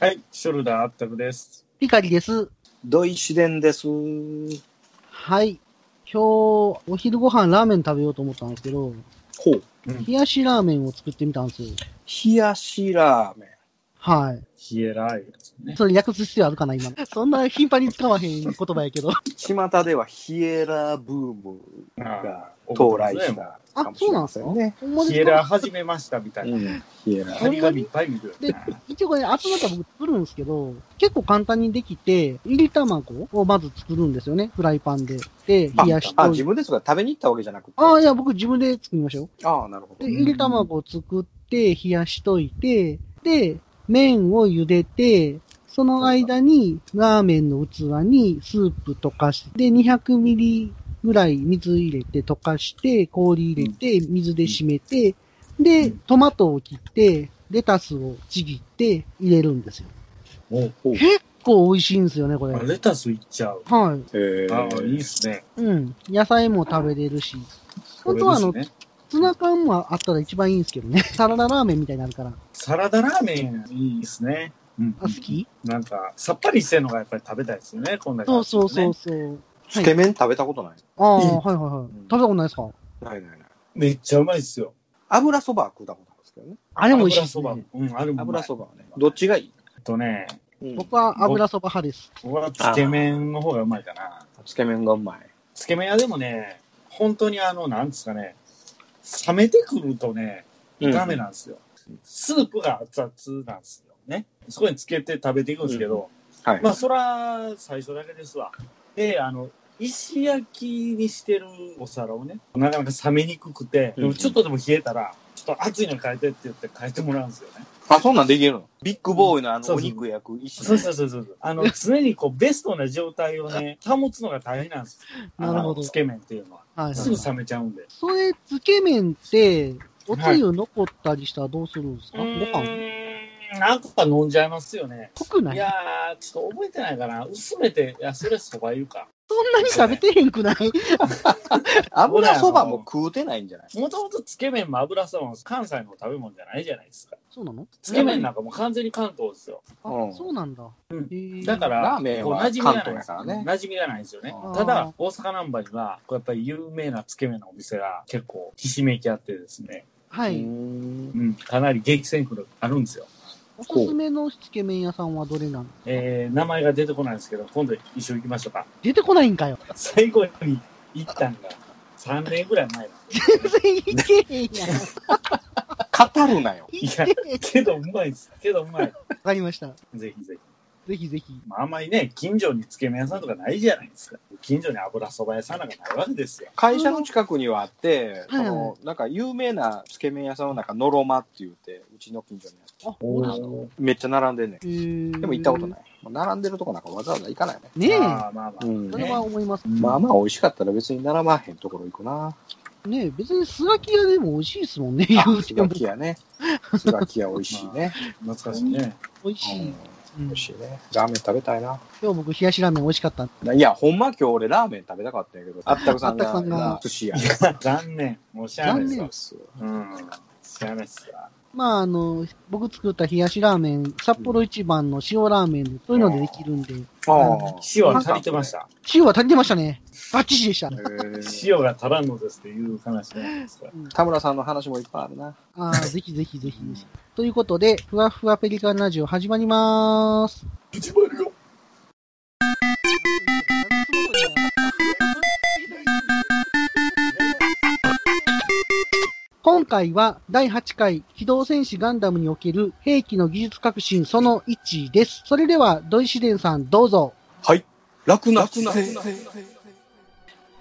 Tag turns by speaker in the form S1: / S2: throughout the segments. S1: はい、ショルダーあったくです。
S2: ピカリです。
S3: ドイシデンです。
S2: はい。今日、お昼ご飯ラーメン食べようと思ったんですけど、
S3: ほう。
S2: 冷やしラーメンを作ってみたんですよ。
S3: 冷やしラーメン。
S2: はい。
S1: ヒエラー油ですね。
S2: それ略す必要あるかな、今の。 そんな頻繁に使わへん言葉やけど。
S3: 巷ではヒエラーブームが到来した
S2: あ
S3: か、もし
S2: そう
S3: れ
S2: なん
S3: ま
S2: です
S3: せ
S2: よ。
S3: んね。
S2: ほんま
S1: ヒ
S2: で
S1: エ
S2: す
S1: ラー
S2: か
S1: 始めましたみたいな。
S3: うん、ヒエラ
S1: 張
S3: ー。
S1: り紙いっぱい見るよ
S2: で、一応これ集まったら僕作るんですけど、結構簡単にできて、いり卵をまず作るんですよね。フライパンで。で、冷やし
S3: あ、
S2: とい
S3: 自
S2: て。
S3: 分ですが食べに行ったわけじゃなくて。
S2: ああ、いや、僕自分で作りましょう。
S3: ああ、なるほど
S2: で、。ゆで卵を作って、冷やしといて、で、麺を茹でて、その間に、ラーメンの器にスープ溶かして、200ミリぐらい水入れて溶かして、氷入れて、水で締めて、で、トマトを切って、レタスをちぎって入れるんですよ。
S1: もう、
S2: 結構美味しいんですよね、これ。
S1: あ
S2: は
S1: レタスいっちゃう。
S2: い。
S3: えー
S1: ああ、いいっすね。
S2: うん。野菜も食べれるし。本当はあの
S1: これですね
S2: ツナ缶もあったら一番いいんですけどね。サラダラーメンみたいになるから。
S1: サラダラーメンいいですね。うん
S2: あ、好き
S1: なんか、さっぱりしてるのがやっぱり食べたいですよね、こんな
S2: そ
S1: 感
S2: う
S1: じ
S2: そうそ
S1: ね
S2: う。そう。
S3: つけ麺食べたことない。
S2: ああ、はいはいはい。食べたことないですか
S3: ないないない。
S1: めっちゃうまいっすよ。
S3: 油そばは食うたことあるんですけどね。
S2: あれも美味しい
S1: 油
S2: っす
S1: そば。
S2: ね。
S1: うん、あるもん。
S3: 油そばはね。どっちがいい
S1: えっとね、
S3: うん
S2: 僕は油そば派です。
S1: 僕はつけ麺の方がうまいかな。
S3: つけ麺がうまい。
S1: つけ麺屋でもね、本当にあの、なんですかね、冷めてくるとね、ダメなんですよ。スープが熱々なんですよね。そこにつけて食べていくんですけど、
S3: はい。
S1: まあ、そら、最初だけですわ。で、あの、石焼きにしてるお皿をね、なかなか冷めにくくて、でもちょっとでも冷えたら、ちょっと熱いの変えてって言って変えてもらうんですよね。
S3: あ、そんなんできるのビッグボーイのあ
S1: そ
S3: の、
S1: う
S3: お
S1: そう
S3: 肉焼く石。
S1: そうそうそうそう。あの、常にこう、ベストな状態をね、保つのが大変なんですよ。あ
S2: なるほ
S1: の、
S2: ど
S1: つけ麺っていうのは。
S2: はいはい
S1: す
S2: は
S1: ぐ
S2: い。
S1: 冷めちゃうんで。
S2: それ、つけ麺って、おつゆ残ったりしたらどうするんですか、ご飯
S1: うーん、なんか飲んじゃいますよね。
S2: 濃くないい
S1: やー、ちょっと覚えてないかな。薄めて、いや、それそば湯か。
S2: そんなに食べてへんくない
S3: 油そばも食うてないんじゃない
S1: もともとつけ麺も油そばも関西の食べ物じゃないじゃないですか。
S2: そうなの
S1: つけ麺なんかもう完全に関東ですよ。
S2: あ、
S3: うん
S2: そうなんだ。
S1: うん
S2: へー
S1: だから、
S3: ラーメンは
S1: こう馴染みがない
S3: 関東やからね
S1: 馴染みがないんですよね
S3: あ。
S2: ー
S1: ただ、大阪南波には、こうやっぱり有名なつけ麺のお店が結構ひしめきあってですね、
S2: は
S3: うー
S2: い。
S3: ん
S1: うん、かなり激戦区があるんですよ。
S2: おすすめのつけ麺屋さんはどれなの
S1: えー、名前が出てこないんですけど、今度一緒に行きましょうか。
S2: 出てこないんかよ。
S1: 最後に行ったんが、3年ぐらい前なんで
S2: 全 然いけへんやん。
S3: 語るなよ。
S2: い
S1: い
S2: け
S1: や
S2: へん。
S1: けどうまいです。けどうまい。
S2: わかりました。
S1: ぜひぜひ。
S2: ぜひぜひ。
S1: まあ、あんまりね、近所につけ麺屋さんとかないじゃないですか。近所に油そば屋さんなんかないわけですよ。
S3: 会社の近くにはあって、
S2: はいはい
S3: そのなんか有名なつけ麺屋さんの中、のろまって言うて、うちの近所にあって
S2: あ、そうなんだ。
S3: めっちゃ並んでん
S2: へ
S3: ねん。
S2: ー
S3: でも行ったことない。もう並んでるとこなんかわざわざ行かないね。
S2: ねえ。
S1: まあまあまあ。
S3: うん
S2: それは思います。
S3: まあまあ美味しかったら別に並ばへんところ行くな。
S2: ねえ、別にスガキ屋でも美味しいですもんね、言
S3: あ、
S2: う
S3: ス
S2: ても
S3: ガ。キ屋ね。スガキ屋美味しい ね。
S1: 懐かしいね。
S2: 美味し
S3: う
S2: い
S3: ん。
S2: うん
S3: 美味しいね。ラーメン食べたいな。
S2: 今日僕、冷やしラーメン美味しかった。
S3: いや、ほんま今日俺ラーメン食べたかったんやけど、あったくさん
S2: あったくさんが
S3: が寿司屋。
S1: 残念。もうしゃあないです
S2: 残
S1: わ
S2: 念。
S1: うん。しゃあないっすわ。
S2: まあ、あの、僕作った冷やしラーメン、札幌一番の塩ラーメン、そういうのでできるんで、
S3: ああ。
S1: 塩は足りてました。
S2: 塩は足りてましたね。バッチシでした。
S1: 塩が足らんのですっていう話なんですから。
S3: 田村さんの話もいっぱいあるな。
S2: ああ、ぜひぜひぜひ。ということで、ふわふわペリカンラジオ始まりまーす。
S1: 一番よ。
S2: 今回は第8回機動戦士ガンダムにおける兵器の技術革新その1です。それでは、ドイシデンさんどうぞ。
S3: 楽な姿勢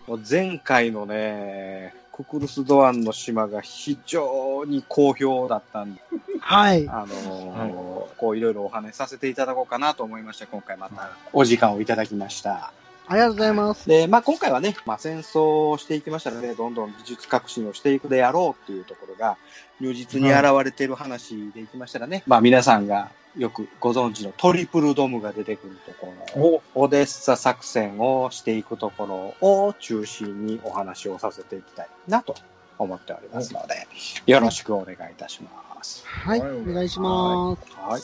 S3: もう前回のね、ククルス・ドアンの島が非常に好評だったんで、
S2: はい。
S3: あのーこういろいろお話しさせていただこうかなと思いまして、今回またお時間をいただきました。
S2: ありがとうございます。
S3: で、まあ今回はね、まあ戦争をしていきましたらね、どんどん技術革新をしていくであろうっていうところが、如実に現れている話でいきましたらね、まあ皆さんがよくご存知のトリプルドムが出てくるところ。
S1: お、
S3: オデッサ作戦をしていくところを中心にお話をさせていきたいなと思っておりますので、よろしくお願いいたしまます。
S2: はい、
S1: はい
S2: お願いします。
S3: はい。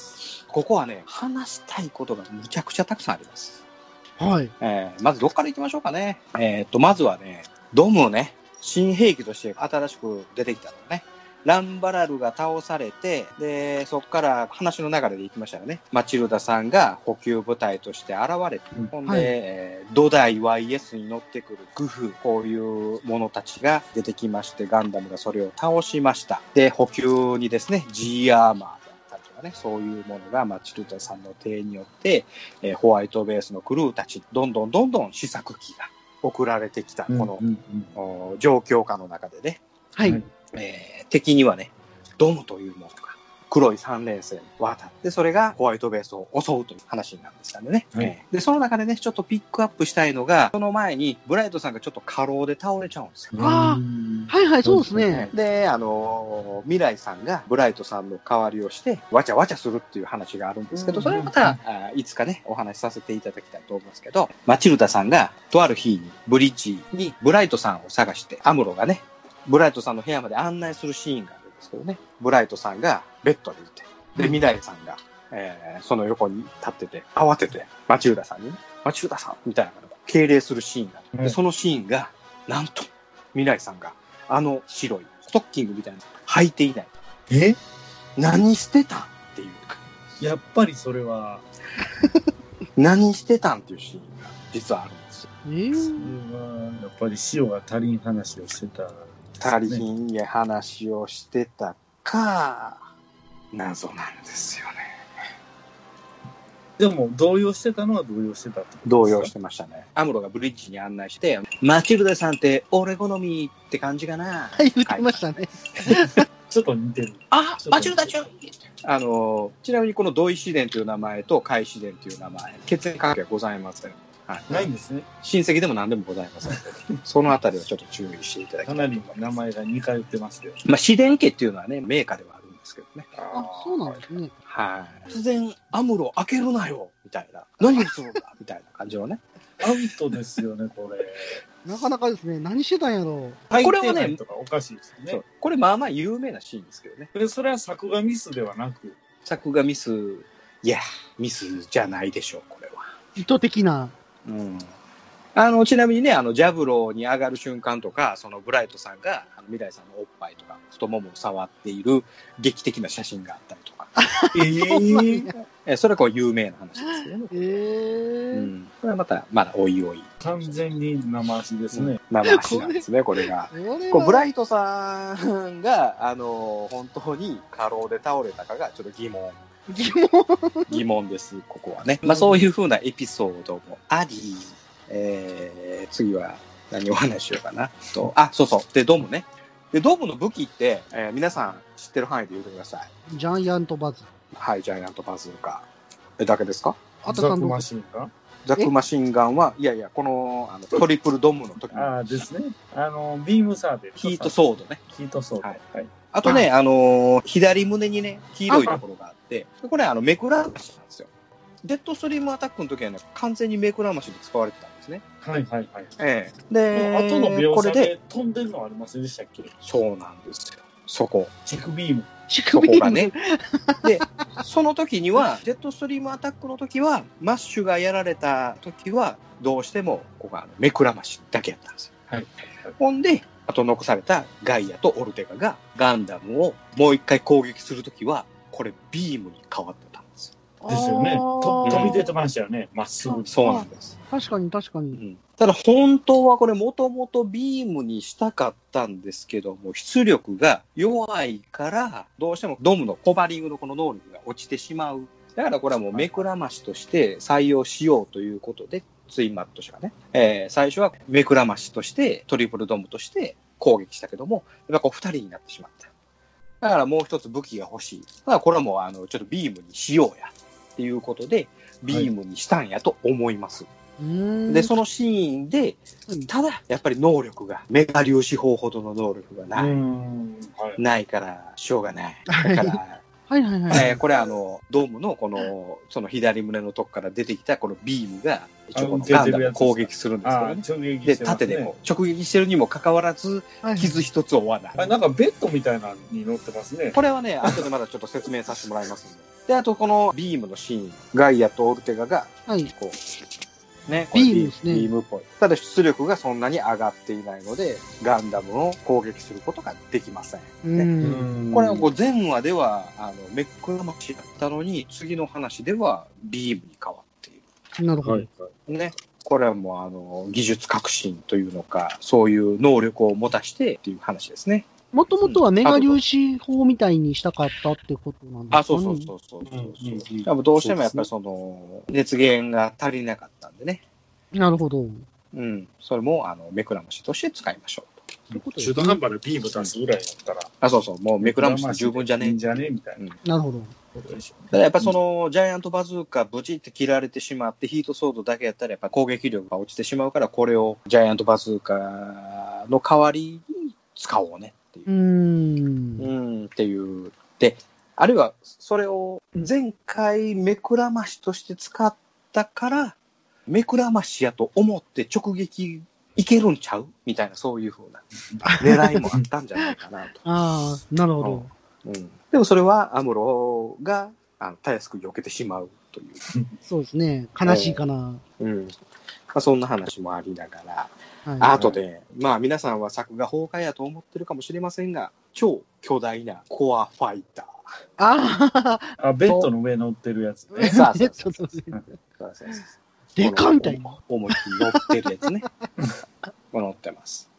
S3: ここはね、話したいことがむちゃくちゃたくさんあります。
S2: はい。
S3: えーまずどっから行きましょうかね。えーっと、まずはね、ドムをね、新兵器として新しく出てきたのね。ランバラルが倒されて、で、そこから話の流れで行きましたよね。マチルダさんが補給部隊として現れて、
S1: うん
S3: ほんで、
S2: はい
S3: えー土台 YS に乗ってくるグフ、こういう者たちが出てきまして、ガンダムがそれを倒しました。で、補給にですね、G アーマーだったりとかね、そういうものがマチルダさんの手によって、えーホワイトベースのクルーたち、どんどんどんどん試作機が送られてきた、この、
S1: うん
S3: お状況下の中でね、
S2: はい。
S1: はい
S3: えー敵にはね、ドムというものが黒い三連星に渡って、それがホワイトベースを襲うという話になってきたんでね、
S1: はい
S3: えーで、その中でね、ちょっとピックアップしたいのが、その前にブライトさんがちょっと過労で倒れちゃうんですよ。
S1: うん
S2: あはいはい、そうですね。
S3: で、あのー未来さんがブライトさんの代わりをして、わちゃわちゃするっていう話があるんですけど、それはまた、あーいつかね、お話しさせていただきたいと思いますけど、マチルダさんが、とある日に、ブリッジにブライトさんを探して、アムロがね、ブライトさんの部屋まで案内するシーンがあるんですけどね、ブライトさんがベッドにいて、で、未来さんが、えーその横に立ってて、慌てて、マチルダさんにね、マチルダさんみたいなのを敬礼するシーンがある。
S1: う
S3: で、
S1: ん
S3: そのシーンが、なんと、未来さんが、あの白いストッキングみたいなの履いていない。
S1: え
S3: 何してたんっていうか、
S1: やっぱりそれは、
S3: 何してたんっていうシーンが実はあるんですよ。
S2: えー
S1: それはやっぱり塩が足りん話をしてた、ね。
S3: 足りひんや話をしてたか、謎なんですよね。
S1: でも、動揺してたのは動揺してたってこと
S3: 動
S1: ですか
S3: 揺してましたね。アムロがブリッジに案内して、マチルダさんって俺好みって感じかな。
S2: はい、言ってましたね。
S1: ちょっと似てる。
S3: あ
S1: ちょっとマチルダ
S3: ち
S1: ち
S3: ゃんあの、ちなみにこの同意自然という名前と海自然という名前、血縁関係はございません。はい。
S1: ないんですね。
S3: 親戚でも何でもございませんの で。そのあたりはちょっと注意していただきた
S1: か
S3: い。
S1: なり名前が似通ってますけど。
S3: まあ、自然家っていうのはね、名家ではあるんですけどね。
S2: あ、そうなんですね。
S3: はい。突然、アムロ開けるなよみたいな。何をするんだみたいな感じのね。
S1: アウトですよね、これ。
S2: なかなかですね、何してたんやろ
S3: これは
S1: 入
S3: ね
S1: ってないとかおかしいですよ
S3: そ
S1: ね
S3: う。これ、まあまあ有名なシーンですけどね。
S1: で、それは作画ミスではなく、
S3: 作画ミス、いや、ミスじゃないでしょう、これは。
S2: う。意図的な。
S3: うんあの、ちなみにね、あの、ジャブローに上がる瞬間とか、そのブライトさんが、あの未来さんのおっぱいとか、太ももを触っている劇的な写真があったりとか、
S1: えー、
S3: えそれはこう有名な話ですけどね。
S2: え
S3: う
S2: ー。
S3: ん。これはまた、まだおいおい。
S1: 完全に生足ですね。
S3: まあまあ、話なんですね、これが。
S2: これ
S3: こうブ
S2: は
S3: ライトさんが、あの、本当に過労で倒れたかが、ちょっと疑問、
S2: 疑問。
S3: 疑問です、ここはね。まあ、そういう風なエピソードもあり、えー、次は何をお話ししようかな。と、あ、そうそう。で、ドムね。で、ドムの武器って、えー皆さん知ってる範囲で言ってください。
S2: ジャイアントバズ。
S3: はい、ジャイアントパズルか。え、だけですか
S2: あた
S1: ザ
S2: さ
S1: ク
S2: んどう
S1: マ
S2: ぞ
S1: シンか
S3: ザクマシンガンは、いやいや、この、あの、トリプルドムの時の
S1: ああ、ですね。あの、ビームサーベル。
S3: ヒートソードね。
S1: ヒートソード。
S3: はい
S1: はい。
S3: あとね、あのー左胸にね、黄色いところがあって、これ、あの、めくらましなんですよ。デッドストリームアタックの時はね、完全にめくらましで使われてたんですね。
S1: はいはいはい。
S3: ええ。
S1: あ
S3: で、
S1: との描
S3: これ
S1: 写
S3: で、
S1: で飛んでるのありませんでしたっけ
S3: そうなんですよ。そこ。
S1: チェックビーム。
S2: 乳
S3: そこ
S2: 首
S3: が ね。で、その時には、ジェットストリームアタックの時は、マッシュがやられた時は、どうしても、ここがあの目くらましだけやったんですよ。
S1: はい。
S3: ほんで、あと残されたガイアとオルテガが、ガンダムをもう一回攻撃する時は、これビームに変わってたんですよ。
S1: ですよね。と
S3: ー
S1: 飛び出てましたよね。まっすぐに。
S3: そうなんです。
S2: 確かに確か
S3: う
S2: に。
S3: ん、ただ本当はこれもともとビームにしたかったんですけども、出力が弱いから、どうしてもドムのコバリングのこの能力が落ちてしまう。だからこれはもう目くらましとして採用しようということで、ツインマット社がね、えー最初は目くらましとして、トリプルドムとして攻撃したけども、やっぱこう二人になってしまった。だからもう一つ武器が欲しい。だからこれはもうあの、ちょっとビームにしようや。っていうことで、ビームにしたんやと思います。
S2: うーん。
S3: で、そのシーンで、ただ、やっぱり能力が、メガ粒子砲ほどの能力が
S1: う
S3: ない、
S1: ーん。はい。
S3: ないから、しょうがない。
S2: は
S3: だ
S2: い
S3: から、
S2: はいはいはい。
S3: えーこれあの、ドームのこの、その左胸のとこから出てきたこのビームが、一応このガンダムを攻撃するんですけど
S1: あ
S3: ね。
S1: ー直撃
S3: で、
S1: してます
S3: 縦
S1: ね
S3: でも直撃してるにもかかわらず、
S2: はいはい
S3: 傷一つ負わない。
S1: あなんかベッドみたいなのに乗ってますね。
S3: これはね、後でまだちょっと説明させてもらいますんで。で、あとこのビームのシーン、ガイアとオルテガが、
S2: はい。
S3: こう、ね、
S2: ビームですね
S3: ビームっぽい。ただ出力がそんなに上がっていないので、ガンダムを攻撃することができません。
S2: う
S3: ね
S2: ん。
S3: これはこう前話では、あの、メックがましだったのに、次の話ではビームに変わっている。
S2: なるほど。
S3: ね。これはもうあの、技術革新というのか、そういう能力を持たしてっていう話ですね。
S2: もともとはメガ粒子砲みたいにしたかったってことなんですかね。
S3: あ、そうそうそうそうそ
S1: う
S3: う
S1: んうんうん
S3: でもどうしてもやっぱりその、熱源が足りなかったんでね。
S2: なるほど。
S3: うん。それも、あの、目くらましとして使いましょうと。
S1: 中途半端なビーム出すぐらいだったら、
S3: あ、そうそう。もう目くらましで十分じゃねえ
S1: いいんじゃねえみたいな
S2: なるほど。
S1: ことでしょうね。
S3: ただやっぱその、ジャイアントバズーカブチって切られてしまって、ヒートソードだけやったらやっぱ攻撃力が落ちてしまうから、これをジャイアントバズーカの代わりに使おうねっていうう。
S2: ー。
S3: うんん、っていう。で、あるいはそれを前回目くらましとして使ったから、目くらましやと思って直撃いけるんちゃうみたいなそういう風な狙いもあったんじゃないかなと。
S2: ああ、なるほど。
S3: うん、でもそれはアムロがあのたやすく避けてしまうという。
S2: そうですね。悲しいかな。
S3: うん。まあ、そんな話もありながら、
S2: はい。
S3: あとで、まあ皆さんは作画崩壊やと思ってるかもしれませんが、超巨大なコアファイター。
S2: あ
S1: あ、ベッドの上乗ってるやつね。
S3: さ あ
S2: あ、ベッドの上
S3: そうそうそう
S2: でかいみたいな。
S3: 思いっきり乗ってるや つね。乗ってます。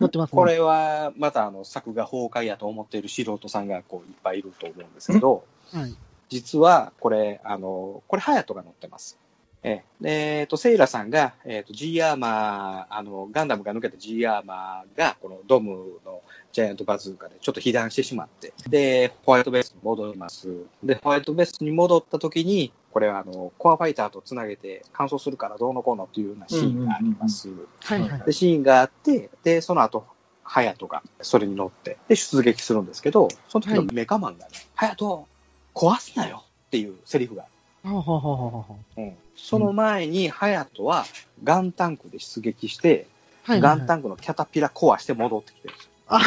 S2: 乗ってますね。
S3: これは、またあの、作画崩壊やと思っている素人さんがこういっぱいいると思うんですけど、
S2: はい。
S3: 実は、これ、あの、これ、ハヤトが乗ってます。えーでえーと、セイラさんが、えっ、と、G アーマー、あの、ガンダムが抜けた G アーマーが、このドムのジャイアントバズーカでちょっと被弾してしまって、で、ホワイトベースに戻ります。で、ホワイトベースに戻った時に、これは、あの、コアファイターとつなげて乾燥するからどうのこうのっていうようなシーンがあります。
S2: はいはい。
S3: で、シーンがあって、で、その後、ハヤトがそれに乗って、で、出撃するんですけど、その時のメカマンがね、ハヤト、壊すなよっていうセリフがあ
S2: はあはあはあはあは
S3: る。その前に、ハヤトはガンタンクで出撃して、
S2: あはい。
S3: ガンタ
S2: ン。
S3: ンクのキャタピラ壊して戻ってきてるんですよ。
S1: はい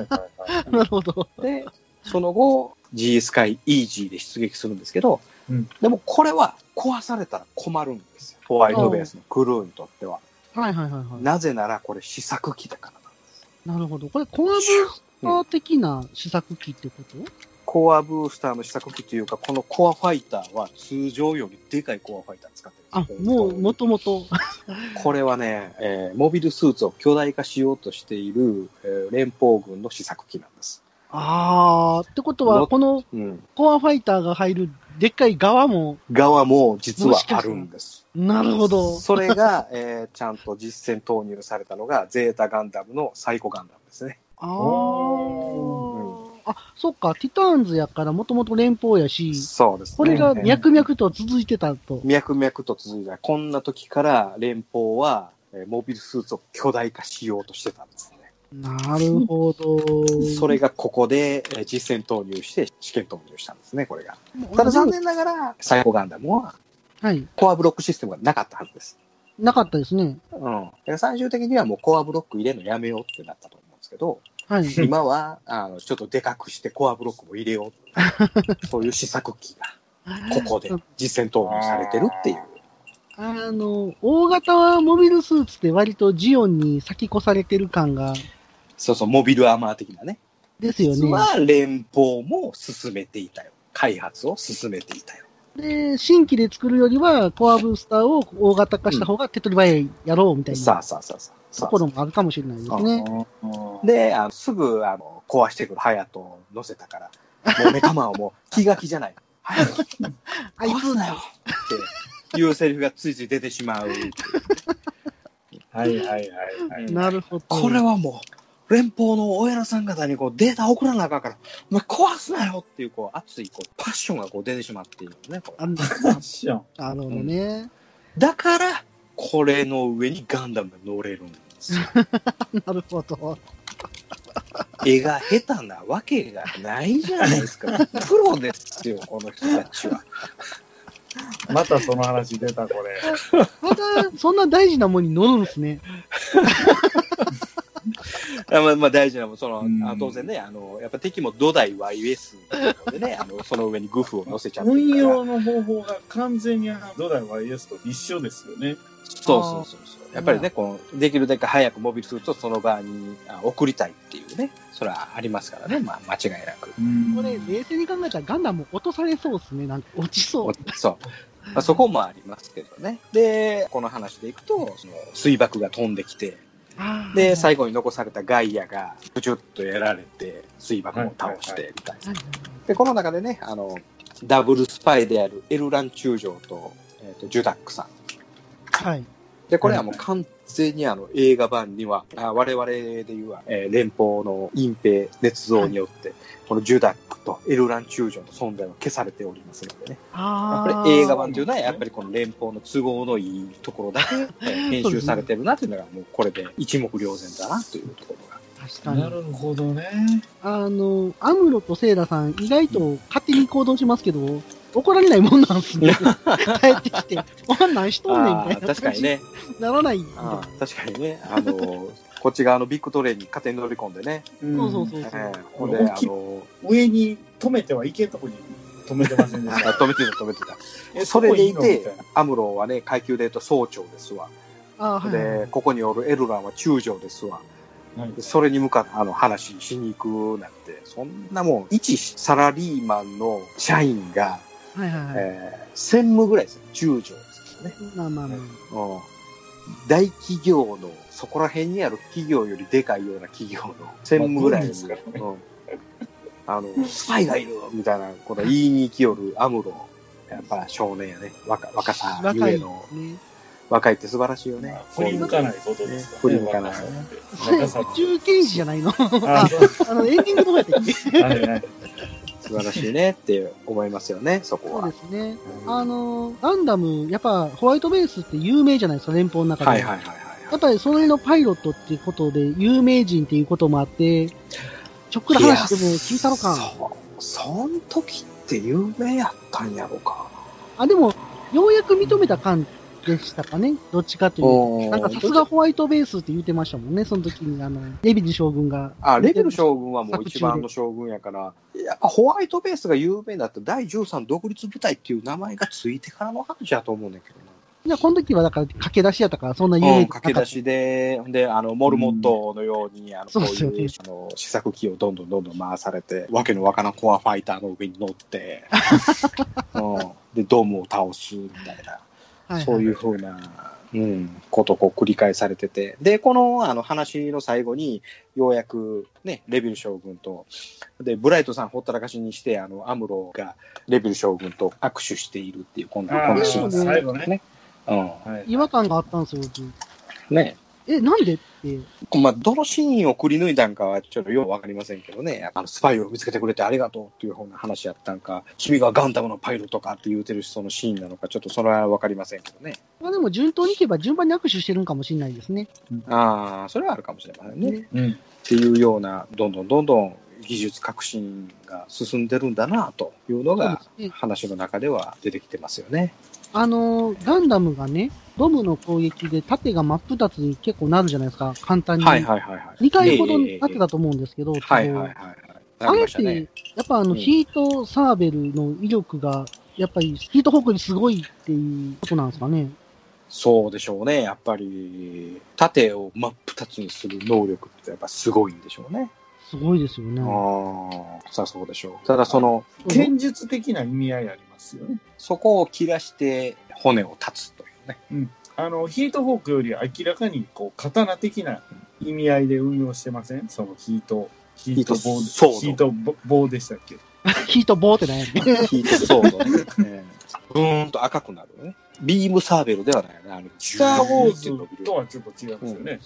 S1: はいはい。
S2: なるほど。
S3: で、その後、G スカイイージーで出撃するんですけど、
S1: うん
S3: でもこれは壊されたら困るんですよ。ホワイトベースのクルーにとっては。
S2: はいはいはいは
S3: なぜならこれ試作機だからなんです。
S2: い。なるほど。これ、コアブースター的な試作機ってこと
S3: コアブースターの試作機というか、このコアファイターは通常よりでかいコアファイター使ってる
S2: あ、もう、もともと。
S3: これはね、えーモビルスーツを巨大化しようとしている、えー連邦軍の試作機なんです。
S2: あー、ってことは、
S3: の
S2: この
S3: うん。
S2: コアファイターが入るでっかい側も、
S3: 側も実はあるんです。
S2: なるほど。
S3: それが、えーちゃんと実戦投入されたのが、ゼータガンダムのサイコガンダムですね。
S2: あ
S1: お
S2: ー。あ、そっか、ティターンズやからもともと連邦やし、
S3: そうですね。
S2: これが
S3: えー
S2: 脈々と続いてたと。
S3: 脈々と続いた。こんな時から連邦は、えーモビルスーツを巨大化しようとしてたんですね。
S2: なるほど。
S3: それがここでえー実戦投入して試験投入したんですね、これが。
S2: もう、
S3: ただ残念ながら、サイコガンダムは
S2: はい。
S3: コアブロックシステムがなかったはずです。
S2: なかったですね。
S3: うん。だから最終的にはもうコアブロック入れるのやめようってなったと思うんですけど、
S2: はい。
S3: 今は、あの、ちょっとでかくしてコアブロックも入れよ う。そういう試作機が、ここで実戦投入されてるっていう。
S2: あの、大型モビルスーツって割とジオンに先越されてる感が、
S3: そうそう、モビルアーマー的なね。
S2: ですよ
S3: 実
S2: ね。
S3: は連邦も進めていたよ。開発を進めていたよ。
S2: で、新規で作るよりは、コアブースターを大型化した方が手っ取り早いやろうみたい
S3: さ
S2: な
S3: あさあさあさあ。
S2: ところもあるかもしれないですね。
S1: で、
S3: で、あのすぐあの壊してくるハヤトを乗せたから、もうメカマンはも う気が気じゃない。ハヤト、
S2: あい
S3: 壊すなよっていうセリフがついつい出てしまう。
S1: はいはいはいはい。
S2: つ、なるほど。
S3: これはもう、連邦のお偉さん方にこうデータ送らなあかんから、お前壊すなよっていうこう熱いこうパッションがこう出てしまっているのね。これ
S2: あんな
S1: ファッション。
S2: なるほどね。
S3: だから、これ の上にガンダムが乗れるんですよ。
S2: なるほど。
S3: 絵が下手なわけがないじゃないですか。プロですよ、この人たちは。
S1: またその話出た、これ。
S2: また、そんな大事なものに乗るんですね。
S3: あまあ、まあ、大事なもんその、
S1: うん
S3: あ当然ね、あの、やっぱ敵も土台 YS でね、あの、その上にグフを乗せちゃって
S1: 運
S3: るから。
S1: 用の方法が完全にあの土台 YS と一緒ですよね。
S3: そうそうそうそう。やっぱりね、この、できるだけ早くモビルスーツをその場にあ送りたいっていうね、それはありますからね、まあ、間違いなく。
S2: これ、冷静に考えたらガンダムも落とされそうですね。なんか落ちそう。
S3: そう。まあ、そこもありますけどね。で、この話でいくと、その水爆が飛んできて、で、最後に残されたガイアが、ぐちゅっとやられて、水爆も倒して、みたいな。で、この中でね、あの、ダブルスパイであるエルラン中将と、えっ、と、ジュダックさん。
S2: はい。
S3: で、これはもう完全にあの、映画版には、あ我々でいうは、えー連邦の隠蔽、捏造によって、このジュダックとエルラン中将の存在は消されておりますのでね。やっ
S2: あ
S3: ぱ
S2: ー
S3: り映画版というのは、やっぱりこの連邦の都合のいいところだ けえー編集されてるなというのが、もうこれで一目瞭然だなというところが。
S2: 確か
S1: な
S2: に。
S1: るほどね。
S2: あの、アムロとセイラさん、意外と勝手に行動しますけど、怒られないもんなん ですね。帰ってきて、お前何しとんねんみ
S3: あ
S2: たい
S3: あ、
S2: な。
S3: 確かに。ね。
S2: ならないんで。
S3: ああ、確かにね。あのー、こっち側のビッグトレインに勝手に乗り込んでね。
S2: そうそうそうう
S3: え
S2: そう。
S3: ーほんで、あのー、
S1: ん上に止めてはいけんとこに止めてませんで
S3: あ
S1: した。
S3: 止めてた止めてた。
S1: え
S3: それでい
S1: ここいいのみ
S3: て
S1: たいな、
S3: アムロはね、階級で言うと総長ですわ。
S2: あーはい。
S3: で、ここにおるエルランは中将ですわ。
S1: はい
S3: でそれに向かって、あの、話しに行くなんて、そんなもん、一サラリーマンの社員が、
S2: はいはいはい。
S3: えー専務ぐらいですよ。中将ですよね。
S2: まあまあまあ。
S3: うん大企業の、そこら辺にある企業よりでかいような企業の専務ぐらいです
S1: ま
S3: か
S1: あそうです
S3: うん、あの、スパイがいるみたいなこと言いに行きよるアムロ。やっぱ少年やね。若若さゆ
S2: 若
S3: え
S2: い
S3: の、
S2: ね。
S3: 若いって素晴らしいよね
S1: まあ。振り向かないことですよ
S3: 振り向かない
S1: 若さって
S2: それ
S1: 若さっ、て
S2: 中継時じゃないの
S1: あ
S2: あ
S1: そう
S2: あの、エンディングどうやって っけ
S1: はいはい
S3: 素晴らしいねって思いますよね、そこ
S2: そう
S3: は
S2: で。すね。あの、ガンダム、やっぱホワイトベースって有名じゃないですか、連邦の中で。
S3: はいはいはいはい
S2: や
S3: は
S2: っぱりその辺のパイロットっていうことで、有名人っていうこともあって、ちょっくら話でも聞いたの
S3: い。
S2: か。
S3: そう。そん時って有名やったんやろか。
S2: あ、でも、ようやく認めた感でしたかね。どっちかという
S3: おー
S2: と。なんかさすがホワイトベースって言ってましたもんね、その時に、あの、レビジ将軍が。
S3: あ、レベル将軍はもう一番の将軍やから、やっぱホワイトベースが有名だった第13独立部隊っていう名前がついてからの話だと思うんだけどな。
S2: じゃあ、この時はだから駆け出しやったから、そんな有名
S3: う
S2: じゃ
S3: ん、
S2: なか
S3: 駆け
S2: っ
S3: 出しで、ほんで、あの、モルモットのように、あの、
S2: そ
S3: そうう
S2: っすよね
S3: いう、あの、試作機をどんどんどんどん回されて、わけのわからんコアファイターの上に乗 って、うん、で、ドームを倒す、みたいな。
S2: た。はい、
S3: そういうふうな、うん、ことをこう繰り返されてて。で、この、あの、話の最後に、ようやく、ね、レビル将軍と、で、ブライトさんほったらかしにして、あの、アムロがレビル将軍と握手しているっていう、今度、
S1: あ
S3: こ
S1: ー
S3: のシーン
S1: 最後ね。
S3: うん。
S1: はい
S2: 違和感があったんですよ、僕。
S3: ね。
S2: え、なんでって。
S3: まあ、どのシーンをくり抜いたんかはちょっとようわかりませんけどね、あのスパイを見つけてくれてありがとうっていう方の話やったんか、君がガンダムのパイロットかって言うてる人のシーンなのか、ちょっとそれはわかりませんけどね。
S2: まあでも、順当にいけば順番に握手してるんかもしれないですね。
S3: ああ、それはあるかもしれませんね。っ
S2: ね
S1: うん
S3: ていうような、どんどんどんどん技術革新が進んでるんだなというのが
S2: そうですね、
S3: 話の中では出てきてますよね。
S2: あのー、ガンダムがね、ドムの攻撃で縦が真っ二つに結構なるじゃないですか、簡単に。
S3: はいはいはいはい。
S2: 2回ほど
S3: ええええ
S2: なってたと思うんですけど、
S3: はい
S2: 都
S3: はい
S2: 合
S3: はいはい。な
S2: あ
S3: り
S2: れ
S3: ま
S2: っ
S3: した
S2: て、
S3: ね。
S2: やっぱあの、
S3: うん
S2: ヒートサーベルの威力が、やっぱりヒートホークにすごいっていうことなんですかね。
S3: そうでしょうね。やっぱり、盾を真っ二つにする能力ってやっぱすごいんでしょうね。
S2: すごいですよね。
S3: ああ、さあそうでしょう。ただその、
S2: そう
S1: 剣術的な意味合いありますよね。
S3: そこを切らして骨を断つというね。
S1: あの、ヒートホークより明らかに、こう、刀的な意味合いで運用してませんそのヒート、ヒート棒、
S3: ヒートソード
S1: ヒート棒でしたっけ
S2: ヒート棒ってなんやね。
S3: ヒートソードね。ええ ブーンと赤くなるよね。ビームサーベルではないよね。あの、
S1: スター・ウォー
S3: ジューって伸び
S1: ズ
S3: る
S1: とはちょっと違うんですよね。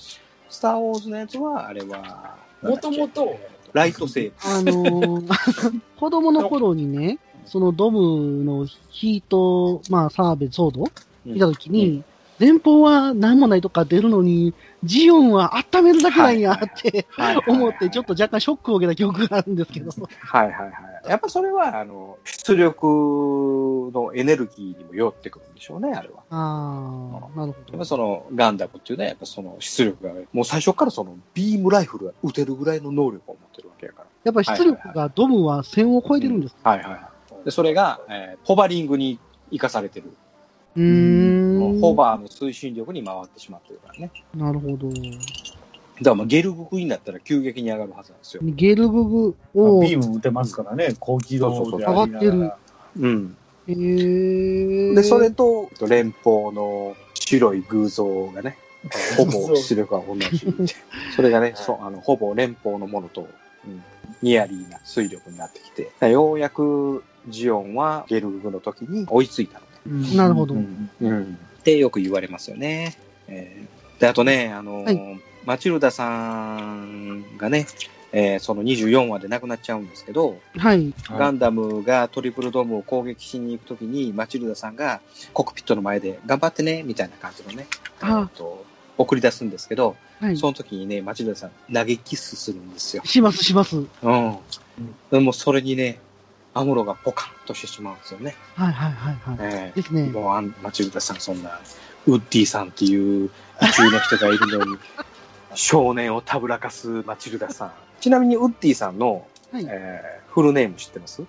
S3: スターウォーズのやつは、あれは、
S1: もともと、
S3: ライトセー
S2: あのー、 子供の頃にね、そのドムのヒート、まあ、サーベル、ソード
S3: ブ。
S2: 見たときに、前方は何もないとこから出るのに、ジオンは温めるだけなんや
S3: はいはい
S2: って
S3: はいはいはい
S2: 思って、ちょっと若干ショックを受けた記憶があるんですけど。
S3: はいはいはい。やっぱそれは、あの、出力のエネルギーにもよってくるんでしょうね、あれは。
S2: ああ、なるほ
S3: やっ
S2: ど
S3: ぱ。そのガンダムっていうのは、やっぱその出力が、もう最初からそのビームライフルが撃てるぐらいの能力を持ってるわけやから。
S2: やっぱり出力がドムは1000を超えてるんです。
S3: はいはいはい。で、それが、えーホバリングに生かされてる。
S2: うーん。
S3: ホバーの推進力に回ってしまってるからね。
S2: なるほど。
S3: だからまあゲルグクインだったら急激に上がるはずなんですよ。
S2: ゲルググを、
S1: ビ
S2: え
S1: ーム打てますからね、高機動でありな
S2: そうそうそう上
S1: が
S2: が
S1: ら。
S3: うん。
S2: ー、
S3: で、それと、連邦の白い偶像が ね、ほぼ出力は同じ。 それがね、そうあのほぼ連邦のものと、うんニアリーな水力になってきて、ようやくジオンはゲルググの時に追いついたのね。
S2: なるほど
S1: うん
S3: うん。ってよく言われますよね。えーで、あとね、あのーマチルダさんがね、えーその24話で亡くなっちゃうんですけど、
S1: は
S2: はい。
S1: い
S3: ガンダムがトリプルドームを攻撃しに行くときに、マチルダさんがコックピットの前で頑張ってね、みたいな感じのね、
S2: あ
S3: えーと送り出すんですけど、
S2: はい。
S3: その時にね、マチルダさん投げキスするんですよ。
S2: します、します。
S3: うん。でもそれにね、アムロがポカンとしてしまうんですよね。
S2: はいはいはいは
S3: え
S2: い。です
S3: え
S2: ね。
S3: もうあんマチルダさん、そんな、ウッディさんっていう宇宙の人がいるのに、少年をたぶらかすマチルダさん。ちなみにウッディさんの、
S2: はい
S3: えーフルネーム知ってます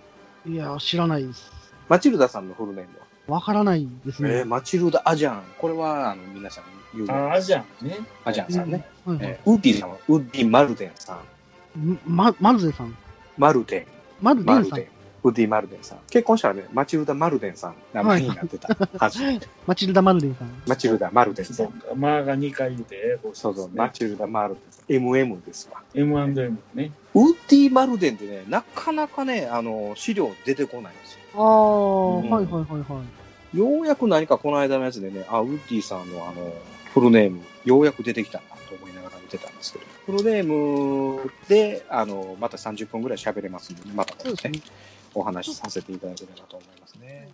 S2: いや、知らないです。
S3: マチルダさんのフルネームは
S2: わからないです
S3: えー
S2: ね。
S3: マチルダ・アジャン。これは、あの、皆さん有名
S1: ああ、じゃんね。
S3: アジャンさんね。
S2: うんはいはい
S3: えーウッディさんは、ウッディ・マルデンさん。
S2: ま、マルゼさん。
S3: マルデン。
S2: マルデ
S3: マ
S2: ン
S3: ル
S2: さ
S3: デン
S2: ん。。
S3: ウッディ・マルデンさん。結婚したらね、マチルダ・マルデンさん。名前になってたはず。
S2: マチルダ・マルデンさん。
S3: マチルダ・マルデンさ。
S1: そうんかまあが2回言うて、
S3: そうそう、マ
S1: ね。
S3: チルダ・マルデン。MM ですわ。
S1: M&M ね。
S3: ウッディ・マルデンってね、なかなかね、あの、資料出てこないんですよ。
S2: ああ、
S3: うん
S2: はいはいはいはい。
S3: ようやく何かこの間のやつでね、あ、ウッディさんのあの、フルネーム、ようやく出てきたなと思いながら見てたんですけど、フルネームで、あの、また30分ぐらい喋れますので、また
S2: そう
S3: で
S2: です
S3: す
S2: ね
S3: ね、。お話しさせていただければと思いますね。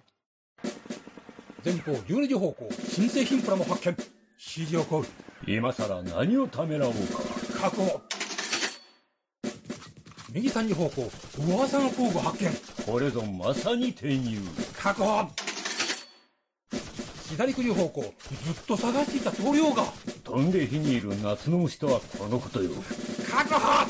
S4: 前方12時方向新製品プラも発見指示を行う今さら何をためらおうか確保右3時方向噂の工具発見これぞまさに転入確保左9時方向ずっと探していた棟梁が飛んで火にいる夏の虫とはこのことよ確保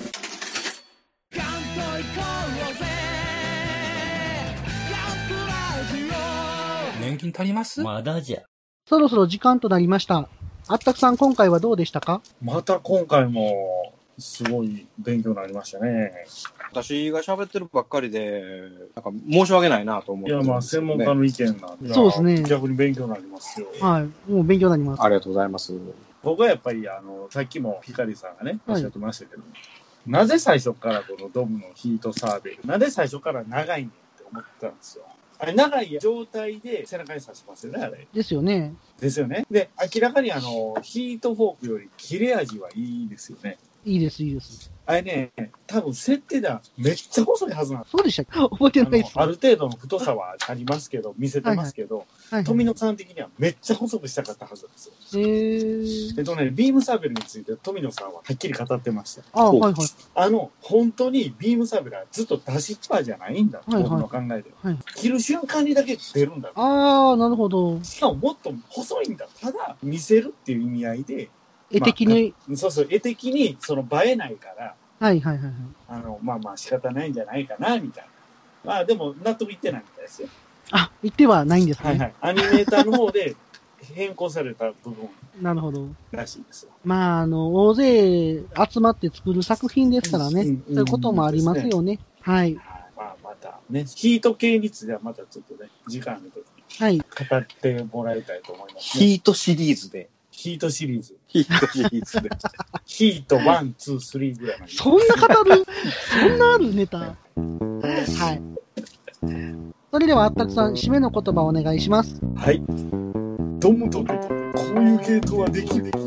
S5: 年金足ります
S4: まだじゃ
S2: そろそろ時間となりました。あったくさん、今回はどうでしたか
S1: また今回も、すごい勉強になりましたね。
S3: 私が喋ってるばっかりで、なんか申し訳ないなと思っ
S1: い
S3: て、
S1: や、まあ、専門家
S3: ね。
S1: の意見なんで、
S2: そうですね
S1: 逆に勉強になりますよ。
S2: はい。もう勉強になります。
S3: ありがとうございます。
S1: 僕はやっぱり、あの、さっきもヒカリさんがね、おっしゃってましたけど、なぜ最初からこのドムのヒートサーベル、なぜ最初から長いねんって思ったんですよ。あれ、長い状態で背中に刺しますよね、あれ。
S2: ですよね。
S1: ですよね。で、明らかにあの、ヒートフォークより切れ味はいいですよね。
S2: いいです、いいです。
S1: あれね、多分設定ではめっちゃ細いはずなんです
S2: そうでしたっけ覚えて
S1: あ
S2: ないで
S1: の
S2: す。
S1: ある程度の太さはありますけど、見せてますけど、
S2: はい
S1: 富野さん的にはめっちゃ細くしたかったはずなんですよ。
S2: えー。
S1: えっとね、ビームサーベルについて富野さんははっきり語ってました。
S2: あ、
S3: そう
S2: はいはい。
S1: あの、本当にビームサーベルはずっと出しっぱじゃないんだ、
S2: はいはい
S1: 僕の考えでは、
S2: はい
S1: 切る瞬間にだけ出るんだ。
S2: あー、なるほど。
S1: しかももっと細いんだ。ただ、見せるっていう意味合いで、
S2: 絵的に、
S1: そうそう、絵的にその映えないから、
S2: はいはいはいはい。
S1: あの、まあまあ仕方ないんじゃないかな、みたいな。まあでも納得いってないみたいですよ。
S2: あ、言ってはないんですね。
S1: はいはい。アニメーターの方で変更された部分
S2: なるほど。
S1: らしいですよ。
S2: まあ、あの、大勢集まって作る作品ですからね。
S1: うん
S2: そういうこともありますよね。はい。
S1: はいまあまたね、ヒート系についてはまたちょっとね、時間あると
S2: はい。
S1: 語ってもらいたいと思います、ね。
S3: ヒートシリーズで。
S1: ヒートシリーズ。
S3: ヒートシリーズで。
S1: ヒート1、2、3ぐらいまで。
S2: そんな 語るそんなあるネタはい。それでは、あったくさん、締めの言葉をお願いします。
S1: はい。ドムとドムとこういう系統はできる。